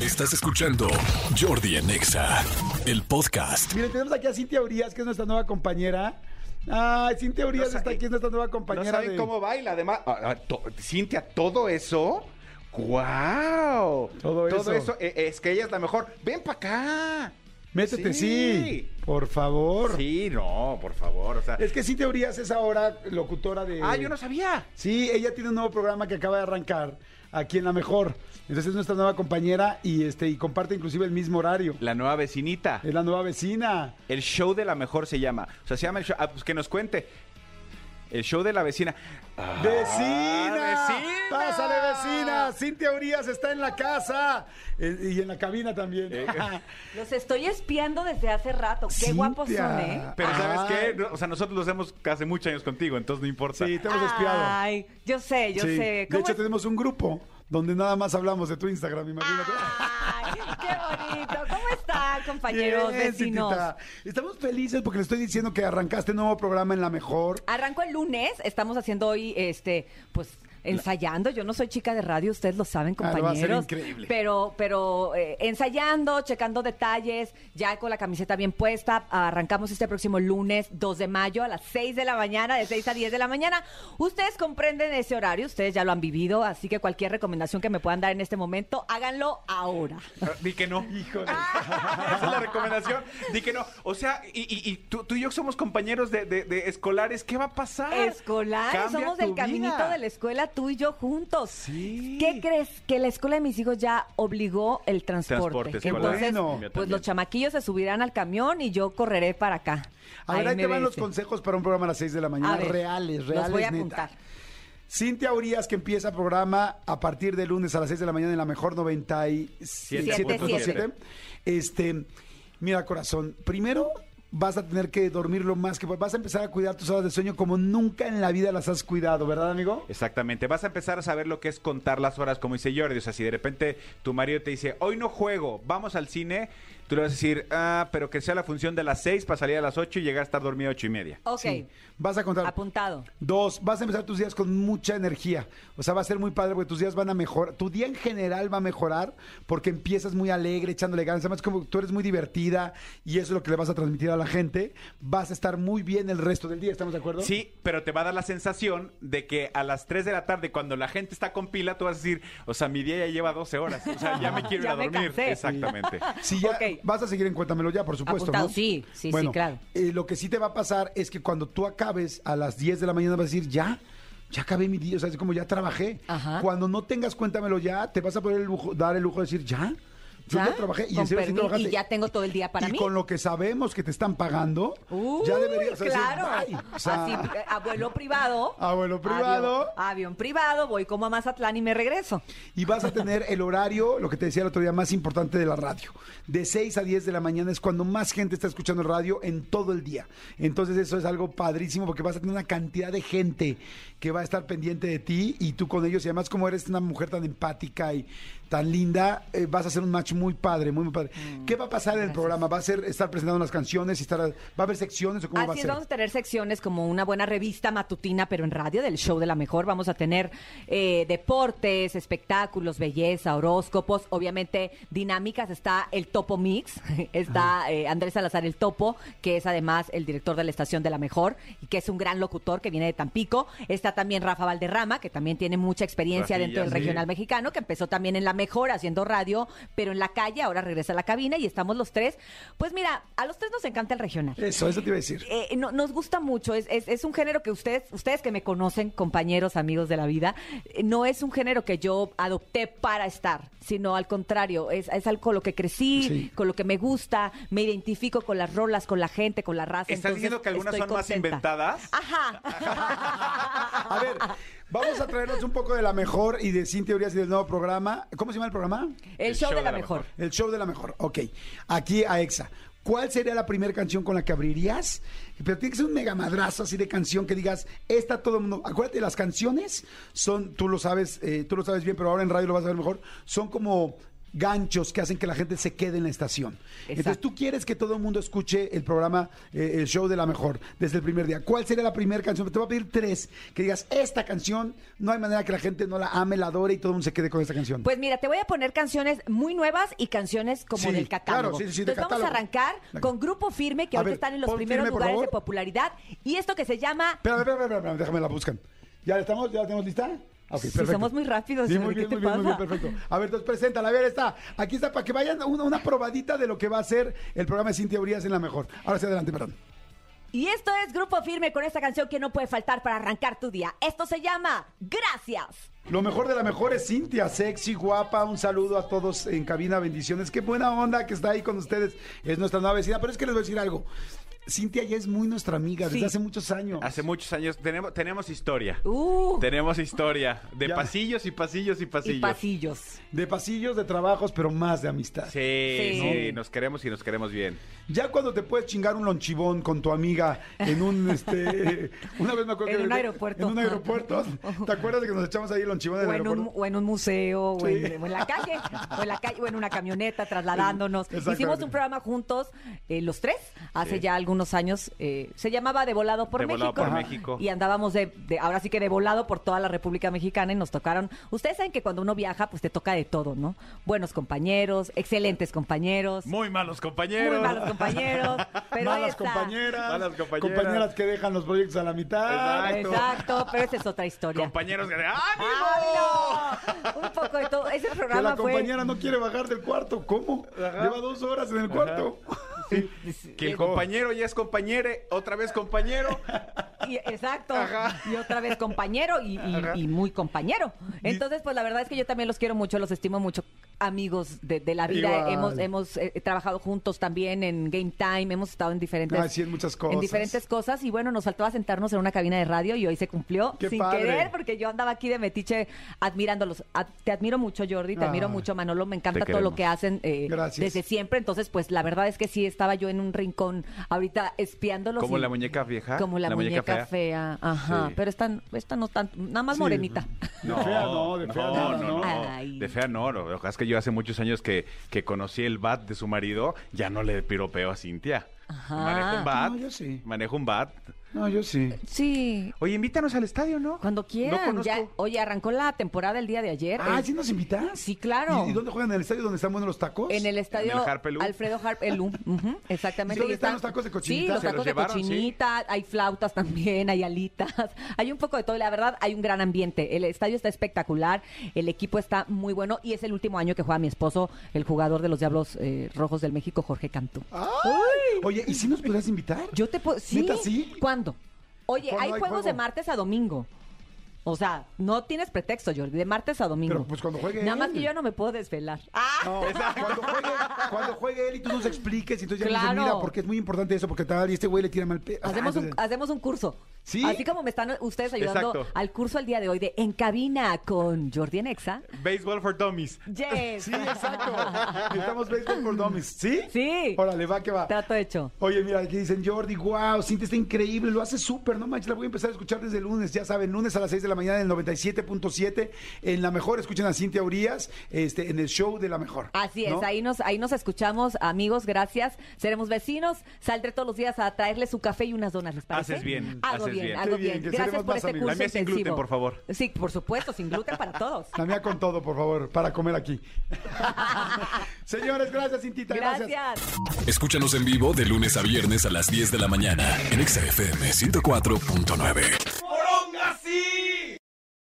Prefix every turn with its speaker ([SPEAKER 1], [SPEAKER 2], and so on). [SPEAKER 1] Estás escuchando Jordi en Exa, el podcast.
[SPEAKER 2] Miren, tenemos aquí a Cintia Urias, que es nuestra nueva compañera. Ah, Cintia Urias
[SPEAKER 3] sabe-
[SPEAKER 2] está aquí, es nuestra nueva compañera.
[SPEAKER 3] No saben
[SPEAKER 2] de-
[SPEAKER 3] cómo baila, además. ah, ah, to- Cintia, todo eso. ¡Guau!
[SPEAKER 2] Todo eso.
[SPEAKER 3] eh, es que ella es la mejor. Ven para acá.
[SPEAKER 2] Métete, sí.
[SPEAKER 3] Sí.
[SPEAKER 2] Por favor.
[SPEAKER 3] Sí, no, por favor. O sea,
[SPEAKER 2] Es que Cintia Urias es ahora locutora de.
[SPEAKER 3] Ah, yo no sabía.
[SPEAKER 2] Sí, ella tiene un nuevo programa que acaba de arrancar aquí en La Mejor. Entonces es nuestra nueva compañera y este y comparte inclusive el mismo horario.
[SPEAKER 3] La nueva vecinita.
[SPEAKER 2] Es la nueva vecina.
[SPEAKER 3] El show de la mejor se llama. O sea, se llama el show. Ah, pues que nos cuente. El show de la vecina. Ah,
[SPEAKER 2] ¡Vecina!
[SPEAKER 3] ¡Vecina!
[SPEAKER 2] ¡Pásale, vecina! Cintia Urias está en la casa Eh, y en la cabina también.
[SPEAKER 3] Eh.
[SPEAKER 4] Los estoy espiando desde hace rato. Qué
[SPEAKER 2] Cintia.
[SPEAKER 4] guapos son, ¿eh?
[SPEAKER 3] Pero ¿sabes
[SPEAKER 2] Ay.
[SPEAKER 3] qué? No, O sea, nosotros los hemos hace muchos años contigo, entonces no importa.
[SPEAKER 2] Sí, te hemos espiado.
[SPEAKER 4] Ay, yo sé, yo
[SPEAKER 2] Sí.
[SPEAKER 4] sé.
[SPEAKER 2] De
[SPEAKER 4] ¿Cómo
[SPEAKER 2] hecho,
[SPEAKER 4] es?
[SPEAKER 2] tenemos un grupo donde nada más hablamos de tu Instagram, imagínate.
[SPEAKER 4] Ah, Ay, qué bonito. ¿Cómo están, compañeros,
[SPEAKER 2] Bien,
[SPEAKER 4] vecinos?
[SPEAKER 2] Cintita. Estamos felices porque le estoy diciendo que arrancaste nuevo programa en La Mejor.
[SPEAKER 4] Arranco el lunes, estamos haciendo hoy, este, pues ensayando, yo no soy chica de radio, ustedes lo saben
[SPEAKER 2] Ah, lo va a
[SPEAKER 4] compañeros,
[SPEAKER 2] hacer increíble.
[SPEAKER 4] pero pero eh, ensayando, checando detalles, ya con la camiseta bien puesta, arrancamos este próximo lunes 2 de mayo a las 6 de la mañana, de 6 a 10 de la mañana. Ustedes comprenden ese horario, ustedes ya lo han vivido, así que cualquier recomendación que me puedan dar en este momento, háganlo ahora.
[SPEAKER 3] Ah, Di que no. Híjole. Esa es la recomendación. Di que no. O sea, y, y- y tú, tú y yo somos compañeros de, de- de escolares. ¿Qué va a pasar?
[SPEAKER 4] Escolar,
[SPEAKER 3] Cambia
[SPEAKER 4] somos
[SPEAKER 3] tu
[SPEAKER 4] del caminito
[SPEAKER 3] vida.
[SPEAKER 4] de la escuela, tú y yo juntos.
[SPEAKER 3] Sí.
[SPEAKER 4] ¿Qué crees? Que la escuela de mis hijos ya obligó el transporte.
[SPEAKER 3] Transporte escolar.
[SPEAKER 4] Entonces,
[SPEAKER 2] Bueno.
[SPEAKER 3] Yo
[SPEAKER 4] pues
[SPEAKER 3] también.
[SPEAKER 4] los chamaquillos se subirán al camión y yo correré para acá.
[SPEAKER 2] A ver, ahí
[SPEAKER 4] me
[SPEAKER 2] te van
[SPEAKER 4] ves.
[SPEAKER 2] los consejos para un programa a las 6 de la mañana.
[SPEAKER 4] A ver,
[SPEAKER 2] reales,
[SPEAKER 4] los
[SPEAKER 2] reales.
[SPEAKER 4] voy a
[SPEAKER 2] neta.
[SPEAKER 4] apuntar.
[SPEAKER 2] Cintia Urias, que empieza el programa a partir de lunes a las 6 de la mañana en la mejor 97.7. Este, mira, corazón, primero vas a tener que dormir lo más que puedas. Vas a empezar a cuidar tus horas de sueño como nunca en la vida las has cuidado, ¿verdad, amigo?
[SPEAKER 3] Exactamente. Vas a empezar a saber lo que es contar las horas, como dice Jordi. O sea, si de repente tu marido te dice, hoy no juego, vamos al cine, tú le vas a decir, ah, pero que sea la función de las 6 para salir a las 8 y llegar a estar dormido a 8 y media.
[SPEAKER 4] Ok,
[SPEAKER 2] Sí, Vas a contar.
[SPEAKER 4] apuntado.
[SPEAKER 2] Dos, vas a empezar tus días con mucha energía. O sea, va a ser muy padre porque tus días van a mejorar. Tu día en general va a mejorar porque empiezas muy alegre, echándole ganas. Además, como tú eres muy divertida y eso es lo que le vas a transmitir a la gente, vas a estar muy bien el resto del día. ¿Estamos de acuerdo?
[SPEAKER 3] Sí, pero te va a dar la sensación de que a las 3 de la tarde, cuando la gente está con pila, tú vas a decir, o sea, mi día ya lleva 12 horas. O sea, ya me quiero ir
[SPEAKER 4] Ya
[SPEAKER 3] a
[SPEAKER 4] me
[SPEAKER 3] dormir.
[SPEAKER 4] cansé.
[SPEAKER 3] Exactamente.
[SPEAKER 2] Sí, ya
[SPEAKER 4] Ok.
[SPEAKER 2] vas a seguir en Cuéntamelo ya, por supuesto.
[SPEAKER 4] Apuntado,
[SPEAKER 2] ¿no?
[SPEAKER 4] sí, sí, sí,
[SPEAKER 2] Bueno,
[SPEAKER 4] claro.
[SPEAKER 2] eh, lo que sí te va a pasar es que cuando tú acabes a las 10 de la mañana vas a decir, ya, ya acabé mi día, o sea, es como ya trabajé.
[SPEAKER 4] Ajá.
[SPEAKER 2] Cuando no tengas Cuéntamelo ya, te vas a poder el lujo- dar el lujo de decir, ya, yo
[SPEAKER 4] ¿Ya?
[SPEAKER 2] ya trabajé y
[SPEAKER 4] Con
[SPEAKER 2] en serio sí
[SPEAKER 4] permi-
[SPEAKER 2] trabajaste.
[SPEAKER 4] y ya tengo todo el día para
[SPEAKER 2] Y
[SPEAKER 4] mí.
[SPEAKER 2] con lo que sabemos que te están pagando,
[SPEAKER 4] Uy,
[SPEAKER 2] ya deberías hacer,
[SPEAKER 4] claro.
[SPEAKER 2] "Bye", o sea,
[SPEAKER 4] Así, eh, abuelo privado.
[SPEAKER 2] Abuelo privado.
[SPEAKER 4] Avión, avión privado, voy como a Mazatlán y me regreso.
[SPEAKER 2] Y vas a tener el horario, lo que te decía el otro día, más importante de la radio. De 6 a 10 de la mañana es cuando más gente está escuchando radio en todo el día. Entonces eso es algo padrísimo porque vas a tener una cantidad de gente que va a estar pendiente de ti y tú con ellos. Y además como eres una mujer tan empática y tan linda, eh, vas a hacer un match muy padre, muy, muy padre.
[SPEAKER 4] Mm.
[SPEAKER 2] ¿Qué va a pasar en el programa? ¿Va a ser estar presentando las canciones y estar, va a haber secciones o cómo va a
[SPEAKER 4] Así es,
[SPEAKER 2] ser?
[SPEAKER 4] vamos a tener secciones como una buena revista matutina, pero en radio del show de la mejor. Vamos a tener eh, deportes, espectáculos, belleza, horóscopos, obviamente dinámicas. Está el Topo Mix, está eh, Andrés Salazar el Topo, que es además el director de la estación de la mejor y que es un gran locutor que viene de Tampico. Está también Rafa Valderrama, que también tiene mucha experiencia
[SPEAKER 3] Rafilla,
[SPEAKER 4] dentro del
[SPEAKER 3] sí.
[SPEAKER 4] regional mexicano, que empezó también en la mejor haciendo radio, pero en la calle, ahora regresa a la cabina y estamos los tres. Pues mira, a los tres nos encanta el regional.
[SPEAKER 2] Eso, eso te iba a decir.
[SPEAKER 4] Eh, no- nos gusta mucho, es, es- es un género que ustedes, ustedes que me conocen, compañeros, amigos de la vida, eh, no es un género que yo adopté para estar, sino al contrario, es, es algo con lo que crecí,
[SPEAKER 2] Sí.
[SPEAKER 4] con lo que me gusta, me identifico con las rolas, con la gente, con la raza.
[SPEAKER 3] ¿Estás
[SPEAKER 4] entonces
[SPEAKER 3] diciendo que algunas son
[SPEAKER 4] estoy
[SPEAKER 3] más
[SPEAKER 4] contenta. Ah,
[SPEAKER 3] inventadas?
[SPEAKER 4] Ajá.
[SPEAKER 2] A ver, vamos a traernos un poco de la mejor y de Cintia Urias y del nuevo programa. ¿Cómo se llama el programa?
[SPEAKER 4] El, show, de la, mejor.
[SPEAKER 2] El show de la mejor. Ok, aquí a Exa. ¿Cuál sería la primera canción con la que abrirías? Pero tiene que ser un mega madrazo así de canción que digas, esta todo el mundo. Acuérdate, las canciones son, tú lo sabes, eh, tú lo sabes bien, pero ahora en radio lo vas a ver mejor, son como ganchos que hacen que la gente se quede en la estación. Entonces
[SPEAKER 4] Exacto.
[SPEAKER 2] tú quieres que todo el mundo escuche el programa, eh, el show de la mejor, desde el primer día. ¿Cuál sería la primera canción? Te voy a pedir tres, que digas, esta canción, no hay manera que la gente no la ame, la adore y todo el mundo se quede con esta canción.
[SPEAKER 4] Pues mira, te voy a poner canciones muy nuevas y canciones como
[SPEAKER 2] Sí,
[SPEAKER 4] del
[SPEAKER 2] claro,
[SPEAKER 4] catálogo.
[SPEAKER 2] sí, sí, sí, del
[SPEAKER 4] Entonces vamos a
[SPEAKER 2] catálogo.
[SPEAKER 4] arrancar
[SPEAKER 2] Venga.
[SPEAKER 4] con Grupo Firme, que
[SPEAKER 2] A
[SPEAKER 4] ahorita
[SPEAKER 2] ver,
[SPEAKER 4] están en los
[SPEAKER 2] pon
[SPEAKER 4] primeros
[SPEAKER 2] Firme, por
[SPEAKER 4] lugares de
[SPEAKER 2] favor.
[SPEAKER 4] popularidad. Y esto que se llama...
[SPEAKER 2] Espérame, espérame, espérame, espérame, déjame la buscan. ¿Ya la estamos? ¿Ya la tenemos lista? Ah, Ok,
[SPEAKER 4] Sí,
[SPEAKER 2] perfecto.
[SPEAKER 4] somos muy rápidos,
[SPEAKER 2] Sí,
[SPEAKER 4] señor,
[SPEAKER 2] muy
[SPEAKER 4] ¿qué
[SPEAKER 2] bien,
[SPEAKER 4] te
[SPEAKER 2] muy bien, muy bien,
[SPEAKER 4] pasa?
[SPEAKER 2] perfecto. A ver, entonces preséntala, a ver, está. Aquí está para que vayan una, una probadita de lo que va a ser el programa de Sin Teorías en la Mejor. Ahora sí, adelante, perdón.
[SPEAKER 4] Y esto es Grupo Firme con esta canción que no puede faltar para arrancar tu día. Esto se llama Gracias.
[SPEAKER 2] Lo mejor de la mejor es Cintia, sexy, guapa. Un saludo a todos en cabina, bendiciones. Qué buena onda que está ahí con ustedes. Es nuestra nueva vecina, pero es que les voy a decir algo. Cintia ya es muy nuestra amiga desde
[SPEAKER 4] Sí.
[SPEAKER 2] hace muchos años.
[SPEAKER 3] Hace muchos años tenemos, tenemos historia.
[SPEAKER 4] Uh,
[SPEAKER 3] Tenemos historia de
[SPEAKER 2] Ya.
[SPEAKER 3] pasillos y pasillos y pasillos.
[SPEAKER 4] y pasillos.
[SPEAKER 2] De pasillos, de trabajos, pero más de amistad.
[SPEAKER 3] Sí,
[SPEAKER 4] Sí.
[SPEAKER 3] sí, nos queremos y nos queremos bien.
[SPEAKER 2] Ya cuando te puedes chingar un lonchibón con tu amiga en un este una vez me acuerdo
[SPEAKER 4] En
[SPEAKER 2] que-
[SPEAKER 4] un aeropuerto.
[SPEAKER 2] En un aeropuerto. ¿Te acuerdas de que nos echamos ahí el lonchibón en el
[SPEAKER 4] O en, un,
[SPEAKER 2] aeropuerto?
[SPEAKER 4] o en un museo, o,
[SPEAKER 2] Sí.
[SPEAKER 4] en, o en la calle, o en la calle, o en una camioneta trasladándonos.
[SPEAKER 2] Exactamente.
[SPEAKER 4] Hicimos un programa juntos, eh, los tres, hace
[SPEAKER 3] Sí.
[SPEAKER 4] ya algunos años. eh, se llamaba De Volado por
[SPEAKER 3] De
[SPEAKER 4] México.
[SPEAKER 3] Volado por
[SPEAKER 4] Ajá.
[SPEAKER 3] México.
[SPEAKER 4] Y andábamos de, de- ahora sí que de volado por toda la República Mexicana y nos tocaron. Ustedes saben que cuando uno viaja, pues te toca de todo, ¿no? Buenos compañeros, excelentes compañeros.
[SPEAKER 3] Muy malos compañeros.
[SPEAKER 4] Muy malos compañeros, pero
[SPEAKER 2] Malas
[SPEAKER 4] esta-
[SPEAKER 2] compañeras,
[SPEAKER 3] Malas compañeras.
[SPEAKER 2] que dejan los proyectos a la mitad.
[SPEAKER 3] Exacto.
[SPEAKER 4] Exacto, pero esa es otra historia.
[SPEAKER 3] Compañeros que...
[SPEAKER 4] ¡Ah, no! Un poco de todo. Ese
[SPEAKER 2] Que
[SPEAKER 4] programa
[SPEAKER 2] la
[SPEAKER 4] fue.
[SPEAKER 2] compañera no quiere bajar del cuarto. ¿Cómo? Lleva dos horas en el cuarto. Sí.
[SPEAKER 4] Pues,
[SPEAKER 3] Que
[SPEAKER 4] eh,
[SPEAKER 3] el compañero ya es compañere, otra vez compañero.
[SPEAKER 4] Y- exacto. Y otra vez compañero y, y- y muy compañero. Entonces, pues la verdad es que yo también los quiero mucho, los estimo mucho, amigos de, de la vida.
[SPEAKER 2] Igual.
[SPEAKER 4] Hemos, hemos eh, trabajado juntos también en Game Time, hemos estado en diferentes...
[SPEAKER 2] Ay, sí, en muchas cosas.
[SPEAKER 4] En diferentes cosas y bueno, nos faltaba sentarnos en una cabina de radio y hoy se cumplió
[SPEAKER 2] Qué
[SPEAKER 4] sin
[SPEAKER 2] padre.
[SPEAKER 4] querer porque yo andaba aquí de metiche admirándolos. A- te admiro mucho, Jordi, te admiro
[SPEAKER 2] Ay.
[SPEAKER 4] mucho, Manolo, me encanta
[SPEAKER 3] Te
[SPEAKER 4] todo lo
[SPEAKER 3] queremos.
[SPEAKER 4] que hacen eh,
[SPEAKER 2] Ah, Gracias.
[SPEAKER 4] desde siempre. Entonces, pues la verdad es que sí estaba yo en un rincón ahorita espiándolos.
[SPEAKER 3] Como
[SPEAKER 4] y-
[SPEAKER 3] la muñeca vieja.
[SPEAKER 4] como la, muñeca, fea. Ajá.
[SPEAKER 3] Sí.
[SPEAKER 4] Pero esta, esta no tan, nada más
[SPEAKER 2] Sí.
[SPEAKER 4] morenita.
[SPEAKER 2] De fea no, de fea
[SPEAKER 3] no,
[SPEAKER 2] nada,
[SPEAKER 3] no, no.
[SPEAKER 4] ¿no? Ay.
[SPEAKER 3] De fea no. Lo que pasa es que yo hace muchos años que, que conocí el bat de su marido, ya no le piropeo a Cintia.
[SPEAKER 4] Ajá.
[SPEAKER 3] Manejo un bat.
[SPEAKER 2] No, yo sí.
[SPEAKER 3] Manejo un bat.
[SPEAKER 2] No, yo sí.
[SPEAKER 4] Sí.
[SPEAKER 3] Oye, invítanos al estadio, ¿no?
[SPEAKER 4] Cuando quieran.
[SPEAKER 3] No
[SPEAKER 4] ya,
[SPEAKER 3] conozco.
[SPEAKER 4] oye, arrancó la temporada el día de ayer.
[SPEAKER 2] Ah,
[SPEAKER 4] Eh,
[SPEAKER 2] ¿sí nos invitas?
[SPEAKER 4] Sí, claro.
[SPEAKER 2] ¿Y, y dónde juegan? ¿En el estadio donde están buenos los tacos?
[SPEAKER 4] En el estadio
[SPEAKER 3] En el Harpelú.
[SPEAKER 4] Alfredo Harpelú. Ujú, exactamente.
[SPEAKER 2] ¿Dónde
[SPEAKER 4] Y
[SPEAKER 2] están los tacos de cochinita?
[SPEAKER 4] Sí, los
[SPEAKER 3] Se los
[SPEAKER 4] tacos de
[SPEAKER 3] llevaron, sí.
[SPEAKER 4] cochinita. Hay flautas también, hay alitas. Hay un poco de todo. Y la verdad, hay un gran ambiente. El estadio está espectacular. El equipo está muy bueno. Y es el último año que juega mi esposo, el jugador de los Diablos eh, Rojos del México, Jorge Cantú.
[SPEAKER 2] Oye, ¿y si nos podrías invitar?
[SPEAKER 4] Yo te puedo. ¿Sí?
[SPEAKER 2] ¿Neta sí?
[SPEAKER 4] ¿Cuándo? Oye,
[SPEAKER 2] ¿Cuándo
[SPEAKER 4] hay,
[SPEAKER 2] hay
[SPEAKER 4] juegos de
[SPEAKER 2] juego?
[SPEAKER 4] martes a domingo. O sea, no tienes pretexto, Jordi, de martes a domingo.
[SPEAKER 2] Pero, pues, cuando juegue
[SPEAKER 4] Nada
[SPEAKER 2] él.
[SPEAKER 4] más que yo no me puedo desvelar. ¡Ah!
[SPEAKER 2] No, cuando juegue, cuando juegue él y tú nos expliques, y entonces ya
[SPEAKER 4] Claro.
[SPEAKER 2] nos dices, mira, porque es muy importante eso, porque tal, y este güey le tira mal pe... Ah,
[SPEAKER 4] Hacemos un,
[SPEAKER 2] entonces-
[SPEAKER 4] hacemos un curso.
[SPEAKER 2] Sí.
[SPEAKER 4] Así como me están ustedes ayudando
[SPEAKER 3] Exacto.
[SPEAKER 4] al curso el día de hoy de En Cabina con Jordi Nexa.
[SPEAKER 3] Baseball for Dummies.
[SPEAKER 4] Yes.
[SPEAKER 2] Sí, exacto. Necesitamos béisbol por dummies. ¿Sí?
[SPEAKER 4] Sí.
[SPEAKER 2] Órale, va que va.
[SPEAKER 4] Trato hecho.
[SPEAKER 2] Oye, mira, aquí dicen Jordi, wow, Cintia está increíble, lo hace súper, no manches, la voy a empezar a escuchar desde el lunes, ya saben, lunes a las 6 de la mañana en el 97.7, en la mejor escuchen a Cintia Urias, este, en el show de la mejor.
[SPEAKER 4] Así es,
[SPEAKER 2] ¿no?
[SPEAKER 4] ahí nos ahí nos escuchamos, amigos, gracias. Seremos vecinos. Saldré todos los días a traerle su café y unas donas, ¿les parece?
[SPEAKER 3] Haces bien,
[SPEAKER 4] Hago
[SPEAKER 3] haces
[SPEAKER 4] bien,
[SPEAKER 3] bien.
[SPEAKER 2] Qué
[SPEAKER 4] hago
[SPEAKER 2] bien,
[SPEAKER 4] bien.
[SPEAKER 2] que
[SPEAKER 4] Gracias
[SPEAKER 2] seremos
[SPEAKER 4] por
[SPEAKER 2] más
[SPEAKER 4] este
[SPEAKER 2] amigos.
[SPEAKER 4] curso
[SPEAKER 3] La mía sin
[SPEAKER 4] intensivo.
[SPEAKER 3] gluten, por favor.
[SPEAKER 4] Sí, por supuesto, sin gluten para todos.
[SPEAKER 2] La mía con todo, por favor, para comer aquí. Señores, gracias, Cintita, gracias.
[SPEAKER 4] Gracias.
[SPEAKER 1] Escúchanos en vivo de lunes a viernes a las 10 de la mañana en Exa FM 104.9.